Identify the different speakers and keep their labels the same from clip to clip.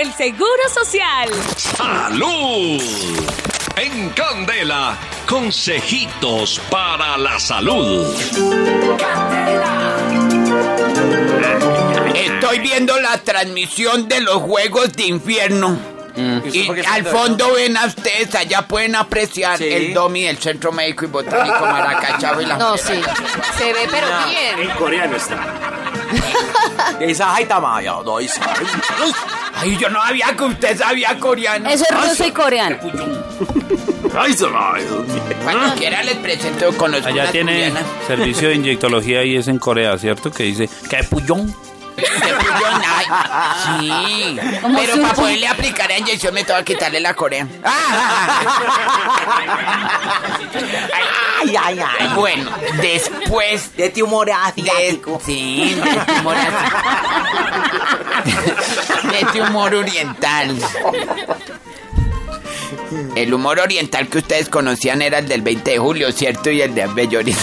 Speaker 1: el Seguro Social.
Speaker 2: ¡Salud! En Candela, consejitos para la salud.
Speaker 3: Estoy viendo la transmisión de los Juegos de Infierno.
Speaker 4: Mm.
Speaker 3: Y al fondo ven a ustedes, allá pueden apreciar
Speaker 5: Sí.
Speaker 3: el DOMI, el Centro Médico y Botánico Maracachavo y la
Speaker 6: No, sí. Se ve, pero bien.
Speaker 7: En coreano está.
Speaker 5: Esa Haitama, ya, no, esa.
Speaker 3: Ay, yo no sabía que usted sabía coreano.
Speaker 6: Eso es ruso y coreano.
Speaker 7: Ay, se va, Dios mío.
Speaker 6: Ah.
Speaker 3: Cuando quiera les presento con los
Speaker 4: Allá tiene servicio de inyectología y es en Corea, ¿cierto? Que dice, ¿qué puyón?
Speaker 3: Sí.
Speaker 6: Como
Speaker 3: Pero
Speaker 6: sushi.
Speaker 3: para poderle aplicar la inyección me tengo que quitarle la coreana.
Speaker 5: Ay, ay, ay.
Speaker 3: Bueno, después
Speaker 5: De ti humor
Speaker 3: de,
Speaker 5: asiático.
Speaker 3: sí, de humor así. De este humor oriental. El humor oriental que ustedes conocían era el del 20 de julio, ¿cierto? Y el de Bellorín.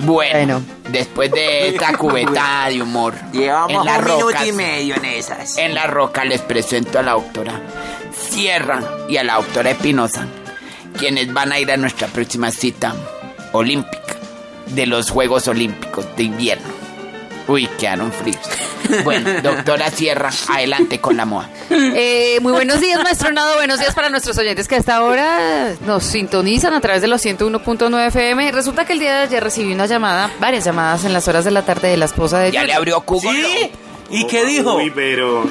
Speaker 3: Bueno,
Speaker 6: Bueno.
Speaker 3: después de esta cubetada de humor, en
Speaker 5: Llevamos
Speaker 3: las
Speaker 5: un minuto
Speaker 3: rocas,
Speaker 5: y medio en esas.
Speaker 3: en la roca les presento a la doctora Sierra y a la doctora Espinosa, quienes van a ir a nuestra próxima cita olímpica de los Juegos Olímpicos de invierno. Uy, quedaron fríos. Bueno, doctora Sierra, adelante con la moda.
Speaker 6: Eh, muy buenos días, maestro Nado. Buenos días para nuestros oyentes que hasta ahora nos sintonizan a través de los 101.9 FM. Resulta que el día de ayer recibí una llamada, varias llamadas en las horas de la tarde de la esposa de
Speaker 3: Ya le
Speaker 6: Yuri.
Speaker 3: abrió cubo.
Speaker 5: ¿Sí? ¿Y qué dijo?
Speaker 7: Uy, pero.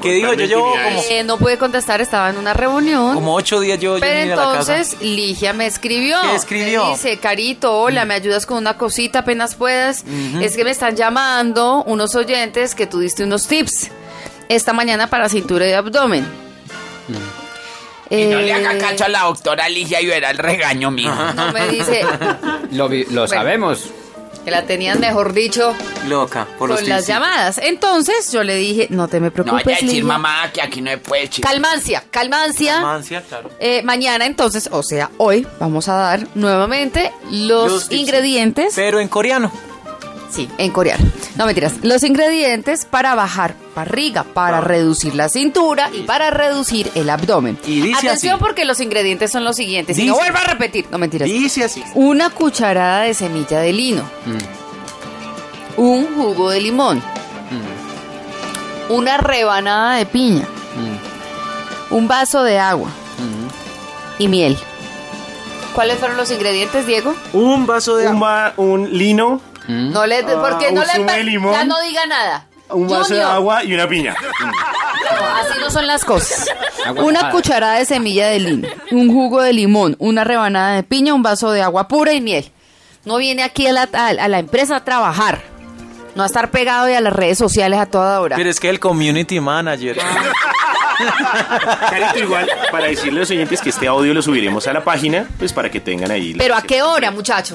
Speaker 5: ¿Qué dijo? Yo llevo como,
Speaker 6: Eh, no pude contestar, estaba en una reunión.
Speaker 5: como ocho días yo
Speaker 6: Pero
Speaker 5: yendo a la casa.
Speaker 6: entonces Ligia me escribió.
Speaker 5: ¿Qué escribió?
Speaker 6: Me dice, Carito, hola, me ayudas con una cosita apenas puedas. Es que me están llamando unos oyentes que tú diste unos tips esta mañana para cintura y abdomen.
Speaker 3: Y no le haga
Speaker 6: Eh,
Speaker 3: cacho a la doctora Ligia y verá el regaño mío.
Speaker 6: No me dice
Speaker 8: Lo, vi- lo sabemos.
Speaker 6: que la tenían, mejor dicho,
Speaker 5: Loca, por
Speaker 6: con
Speaker 5: los
Speaker 6: las
Speaker 5: tips.
Speaker 6: llamadas. Entonces yo le dije, no te me
Speaker 3: No
Speaker 6: preocupes,
Speaker 3: vaya a decir
Speaker 6: Ligia.
Speaker 3: mamá que aquí no se puede chico.
Speaker 6: Calmancia, calmancia.
Speaker 5: Ansia, claro.
Speaker 6: Eh, mañana entonces, o sea, hoy vamos a dar nuevamente los,
Speaker 5: Los tips.
Speaker 6: ingredientes.
Speaker 5: Pero en coreano.
Speaker 6: Sí, en coreano. No mentiras. Los ingredientes para bajar barriga,
Speaker 5: Ah.
Speaker 6: para reducir la cintura y para reducir el abdomen.
Speaker 5: Y dice
Speaker 6: Atención
Speaker 5: así.
Speaker 6: porque los ingredientes son los siguientes. Y no
Speaker 5: Dice-
Speaker 6: vuelva a repetir. No mentiras.
Speaker 5: Dice así.
Speaker 6: Una cucharada de semilla de lino. Un jugo de limón. Una rebanada de piña. Un vaso de agua. Y miel. ¿Cuáles fueron los ingredientes, Diego?
Speaker 7: Un vaso de un, va- un lino,
Speaker 6: No le,
Speaker 7: Ah,
Speaker 6: porque no
Speaker 7: un zumo
Speaker 6: le
Speaker 7: de limón.
Speaker 6: ya no diga nada.
Speaker 7: un vaso de
Speaker 6: Junior,
Speaker 7: agua y una piña.
Speaker 6: no, así no son las cosas.
Speaker 8: Agua
Speaker 6: una
Speaker 8: mojada.
Speaker 6: cucharada de semilla de lino, un jugo de limón, una rebanada de piña, un vaso de agua pura y miel. No viene aquí a la, a- a la empresa a trabajar. No a estar pegado y a las redes sociales a toda hora.
Speaker 5: Pero es que el community manager.
Speaker 7: Carito, igual, para decirle a los oyentes que este audio lo subiremos a la página, pues para que tengan ahí. la-
Speaker 6: ¿Pero a qué hora, muchacho?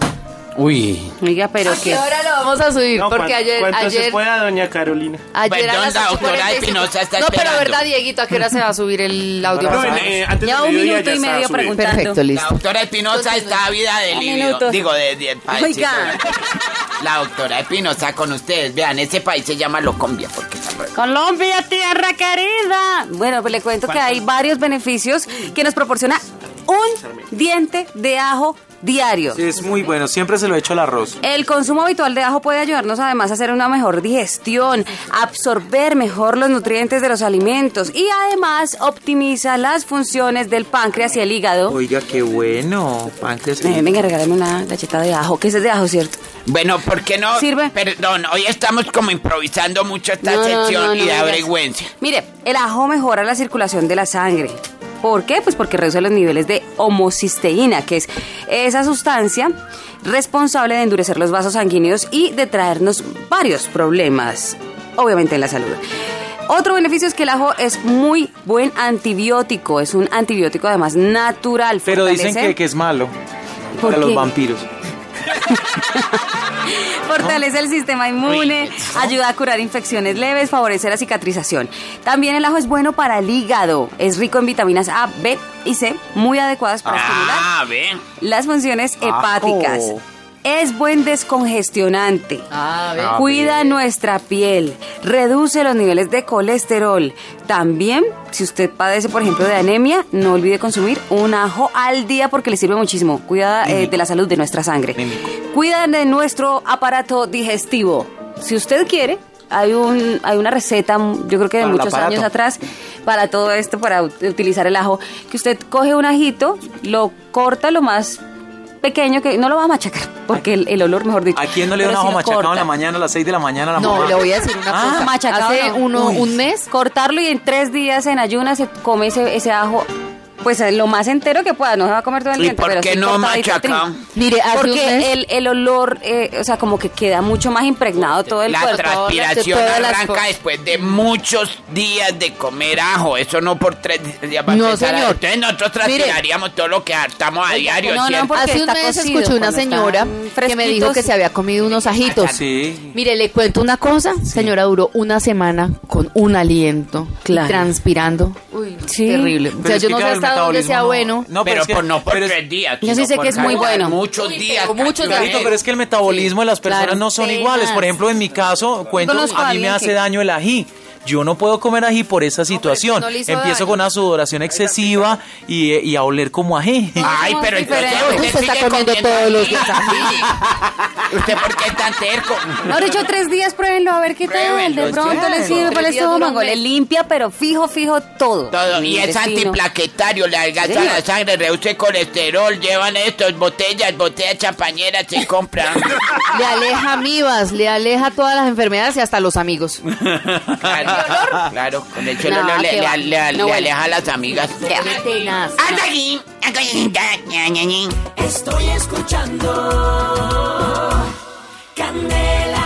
Speaker 8: Uy.
Speaker 6: Oiga, pero ¿A qué hora lo vamos a subir?
Speaker 7: No,
Speaker 6: Porque
Speaker 7: cuan-
Speaker 6: ayer...
Speaker 7: cuanto se
Speaker 6: ayer
Speaker 7: pueda, doña Carolina.
Speaker 6: Ayer a
Speaker 3: Perdón,
Speaker 6: las
Speaker 3: la doctora
Speaker 6: 8:45.
Speaker 3: Espinosa está
Speaker 6: No, pero
Speaker 3: esperando.
Speaker 6: verdad, Dieguito, ¿a qué hora se va a subir el audio?
Speaker 7: No,
Speaker 6: por
Speaker 7: en-
Speaker 6: favor?
Speaker 7: eh, antes
Speaker 9: Ya
Speaker 7: del
Speaker 9: un
Speaker 7: mediodía
Speaker 9: minuto
Speaker 7: ya
Speaker 9: y
Speaker 7: estaba
Speaker 9: medio
Speaker 7: subido.
Speaker 9: preguntando.
Speaker 6: Perfecto,
Speaker 3: La
Speaker 6: listo.
Speaker 3: doctora Espinosa está vida de
Speaker 9: Un
Speaker 3: libido.
Speaker 9: minuto.
Speaker 3: Digo, de, de ay, sí,
Speaker 9: Oiga.
Speaker 3: La doctora Espinosa con ustedes. Vean, ese país se llama Locombia porque está re-
Speaker 9: Colombia, tierra querida. Bueno, pues le cuento que hay varios beneficios que nos proporciona un diente de ajo diario.
Speaker 5: Es muy bueno, siempre se lo echo al arroz.
Speaker 9: El consumo habitual de ajo puede ayudarnos además a hacer una mejor digestión, absorber mejor los nutrientes de los alimentos y además optimiza las funciones del páncreas y el hígado.
Speaker 5: Oiga, qué bueno. Páncreas.
Speaker 9: Eh, venga, regálame una galleta de ajo, que ese es de ajo, ¿cierto?
Speaker 3: Bueno, ¿por qué no?
Speaker 9: Sirve.
Speaker 3: Perdón, hoy estamos como improvisando mucho esta
Speaker 9: No, no,
Speaker 3: sección
Speaker 9: no, no,
Speaker 3: y da
Speaker 9: gracias.
Speaker 3: vergüenza.
Speaker 9: Mire, el ajo mejora la circulación de la sangre. ¿Por qué? Pues porque reduce los niveles de homocisteína, que es esa sustancia responsable de endurecer los vasos sanguíneos y de traernos varios problemas, obviamente en la salud. Otro beneficio es que el ajo es muy buen antibiótico, es un antibiótico además natural.
Speaker 5: Pero dicen
Speaker 9: fortalece-
Speaker 5: que, que es malo.
Speaker 9: ¿Por
Speaker 5: Para los
Speaker 9: qué?
Speaker 5: vampiros.
Speaker 9: Fortalece el sistema inmune, ayuda a curar infecciones leves, favorece la cicatrización. También el ajo es bueno para el hígado, es rico en vitaminas A, B y C, muy adecuadas para estimular
Speaker 3: Ah, ve.
Speaker 9: las funciones
Speaker 5: Ajo.
Speaker 9: hepáticas. Es buen descongestionante.
Speaker 6: Ah, ve.
Speaker 9: Cuida nuestra piel, reduce los niveles de colesterol. También, si usted padece, por ejemplo, de anemia, no olvide consumir un ajo al día porque le sirve muchísimo. Cuida eh, de la salud de nuestra sangre.
Speaker 5: Mímico.
Speaker 9: Cuida de nuestro aparato digestivo. Si usted quiere, hay, un, hay una receta, mm, yo creo que de
Speaker 5: Para el
Speaker 9: muchos
Speaker 5: aparato.
Speaker 9: años atrás, para todo esto, para ut- utilizar el ajo, que usted coge un ajito, lo corta lo más pequeño que no lo va a machacar porque el, el olor mejor dicho
Speaker 5: ¿A quién no le da un
Speaker 9: Pero
Speaker 5: ajo
Speaker 9: si lo
Speaker 5: machacado en
Speaker 9: corta.
Speaker 5: la mañana, a las 6 de la mañana? a La
Speaker 6: No,
Speaker 5: mamá?
Speaker 6: le voy a decir una
Speaker 5: Ah,
Speaker 6: cosa.
Speaker 9: machacado,
Speaker 6: Hace
Speaker 9: no.
Speaker 6: uno,
Speaker 5: Uy.
Speaker 6: un mes
Speaker 9: cortarlo y en tres días en ayunas se come ese, ese ajo, pues lo más entero que pueda, no se va a comer todo el
Speaker 3: ¿Y
Speaker 9: diente.
Speaker 3: por
Speaker 9: pero
Speaker 3: qué
Speaker 9: sí
Speaker 3: no
Speaker 9: cortadito,
Speaker 3: machaca?
Speaker 9: trin.
Speaker 6: Mire, hace un mes-
Speaker 9: Porque el, el olor, eh, o sea, como que queda mucho más impregnado todo el
Speaker 3: La
Speaker 9: cuerpo.
Speaker 3: transpiración
Speaker 6: todas las
Speaker 3: arranca
Speaker 6: cosas.
Speaker 3: después de muchos días de comer ajo. Eso no por tres días va a
Speaker 6: No,
Speaker 3: empezar a-
Speaker 6: señor.
Speaker 3: Entonces nosotros
Speaker 6: Mire.
Speaker 3: transpiraríamos todo lo que hartamos a diario.
Speaker 9: no, no,
Speaker 3: ¿cierto?
Speaker 9: porque
Speaker 6: Hace un
Speaker 9: está
Speaker 6: mes
Speaker 9: cocido
Speaker 6: escuché una
Speaker 9: cuando están
Speaker 6: señora que me dijo
Speaker 9: fresquitos.
Speaker 6: que se había comido unos ajitos.
Speaker 5: Sí.
Speaker 6: Mire, le cuento una cosa. Señora duró una semana con un aliento,
Speaker 9: Claro.
Speaker 6: transpirando. Uy,
Speaker 9: Sí.
Speaker 6: terrible. o sea,
Speaker 5: es
Speaker 6: yo
Speaker 5: que,
Speaker 6: no sé
Speaker 5: claro, el
Speaker 6: hasta dónde
Speaker 5: metabolismo
Speaker 6: sea
Speaker 5: no-
Speaker 6: bueno.
Speaker 5: No,
Speaker 3: pero
Speaker 5: es que-
Speaker 3: por, no por
Speaker 5: pero es-
Speaker 3: tres días.
Speaker 9: Yo sí
Speaker 3: sino
Speaker 9: sé
Speaker 3: por
Speaker 9: que es muy
Speaker 3: cada-
Speaker 9: bueno.
Speaker 3: Muchos
Speaker 6: Uy,
Speaker 3: días.
Speaker 6: pero muchos
Speaker 3: Cacho,
Speaker 6: días.
Speaker 5: Clarito, pero es que el metabolismo de las personas
Speaker 6: claro,
Speaker 5: no son
Speaker 9: tenaz.
Speaker 5: iguales. Por ejemplo, en mi caso, cuento,
Speaker 9: conozco a
Speaker 5: a mí me
Speaker 9: alguien
Speaker 5: hace
Speaker 9: que-
Speaker 5: daño el ají. Yo no puedo comer ají por esa situación.
Speaker 6: no le hizo
Speaker 5: Empiezo
Speaker 6: daño.
Speaker 5: con una sudoración excesiva y, eh, y a oler como ají.
Speaker 3: Ay,
Speaker 9: somos
Speaker 3: pero entonces
Speaker 9: diferentes.
Speaker 3: usted
Speaker 6: Usted está
Speaker 3: sigue
Speaker 6: comiendo todos los
Speaker 3: ají.
Speaker 6: días
Speaker 3: ¿Usted por qué es tan terco?
Speaker 9: No, de hecho, tres días pruébenlo a ver qué tal.
Speaker 3: Pruébenlo,
Speaker 9: De pronto le
Speaker 6: claro.
Speaker 9: sirve para el
Speaker 6: Tres días dura un
Speaker 9: estómago. Le
Speaker 6: mes.
Speaker 9: limpia, pero fijo, fijo todo.
Speaker 3: Todo, y
Speaker 9: Mire,
Speaker 3: es
Speaker 9: sí, no.
Speaker 3: antiplaquetario, le adelgaza la
Speaker 9: Señor.
Speaker 3: sangre, reduce colesterol, llevan estos botellas, botellas champañeras, se compran.
Speaker 6: Le aleja amibas, le aleja todas las enfermedades y hasta los amigos.
Speaker 3: Claro, claro, con el chelo
Speaker 6: Nah,
Speaker 3: le,
Speaker 6: qué
Speaker 3: le-
Speaker 6: va.
Speaker 3: le-
Speaker 6: No
Speaker 3: le
Speaker 6: huele.
Speaker 3: aleja a las amigas. Hasta aquí, hasta aquí, ya, ya, ya, ya.
Speaker 1: Estoy escuchando Candela.